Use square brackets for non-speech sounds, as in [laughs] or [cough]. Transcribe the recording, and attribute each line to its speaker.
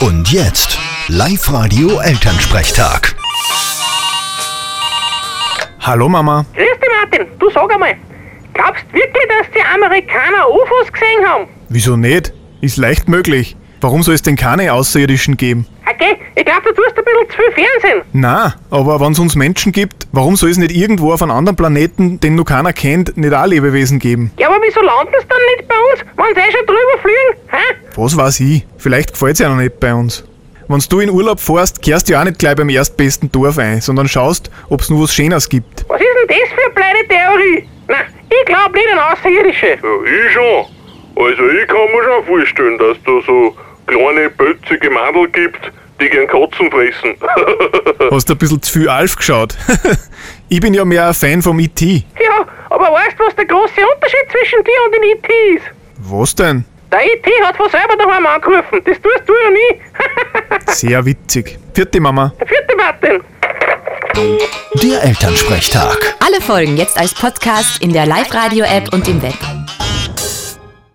Speaker 1: Und jetzt, Live-Radio Elternsprechtag.
Speaker 2: Hallo Mama.
Speaker 3: Grüß dich, Martin. Du sag einmal, glaubst wirklich, dass die Amerikaner UFOs gesehen haben?
Speaker 2: Wieso nicht? Ist leicht möglich. Warum soll es denn keine Außerirdischen geben?
Speaker 3: Okay, ich glaub, du tust ein bisschen zu viel Fernsehen.
Speaker 2: Na, aber wenn es uns Menschen gibt, warum soll es nicht irgendwo auf einem anderen Planeten, den nur keiner kennt, nicht auch Lebewesen geben?
Speaker 3: Ja, aber wieso landen sie dann nicht bei uns, wenn sie eh schon drüber fliegen? Hä?
Speaker 2: Was weiß ich? Vielleicht gefällt es ja noch nicht bei uns. Wenn du in Urlaub fährst, kehrst du ja auch nicht gleich beim erstbesten Dorf ein, sondern schaust, ob es nur was Schönes gibt.
Speaker 3: Was ist denn das für eine blöde Theorie? Nein, ich glaub nicht an Außerirdische.
Speaker 4: Ja, ich schon. Also ich kann mir schon vorstellen, dass da so kleine pötzige Mandel gibt, die gern Katzen fressen.
Speaker 2: Hast ein bisschen zu viel Alf geschaut. [laughs] ich bin ja mehr ein Fan vom E IT.
Speaker 3: Ja, aber weißt du, was der große Unterschied zwischen dir und dem IT ist?
Speaker 2: Was denn?
Speaker 3: Der IT hat von selber daheim angerufen. Das tust du ja nie. [laughs]
Speaker 2: Sehr witzig. Vierte Mama.
Speaker 3: Vierte Martin.
Speaker 1: Der Elternsprechtag.
Speaker 5: Alle Folgen jetzt als Podcast in der Live-Radio-App und im Web.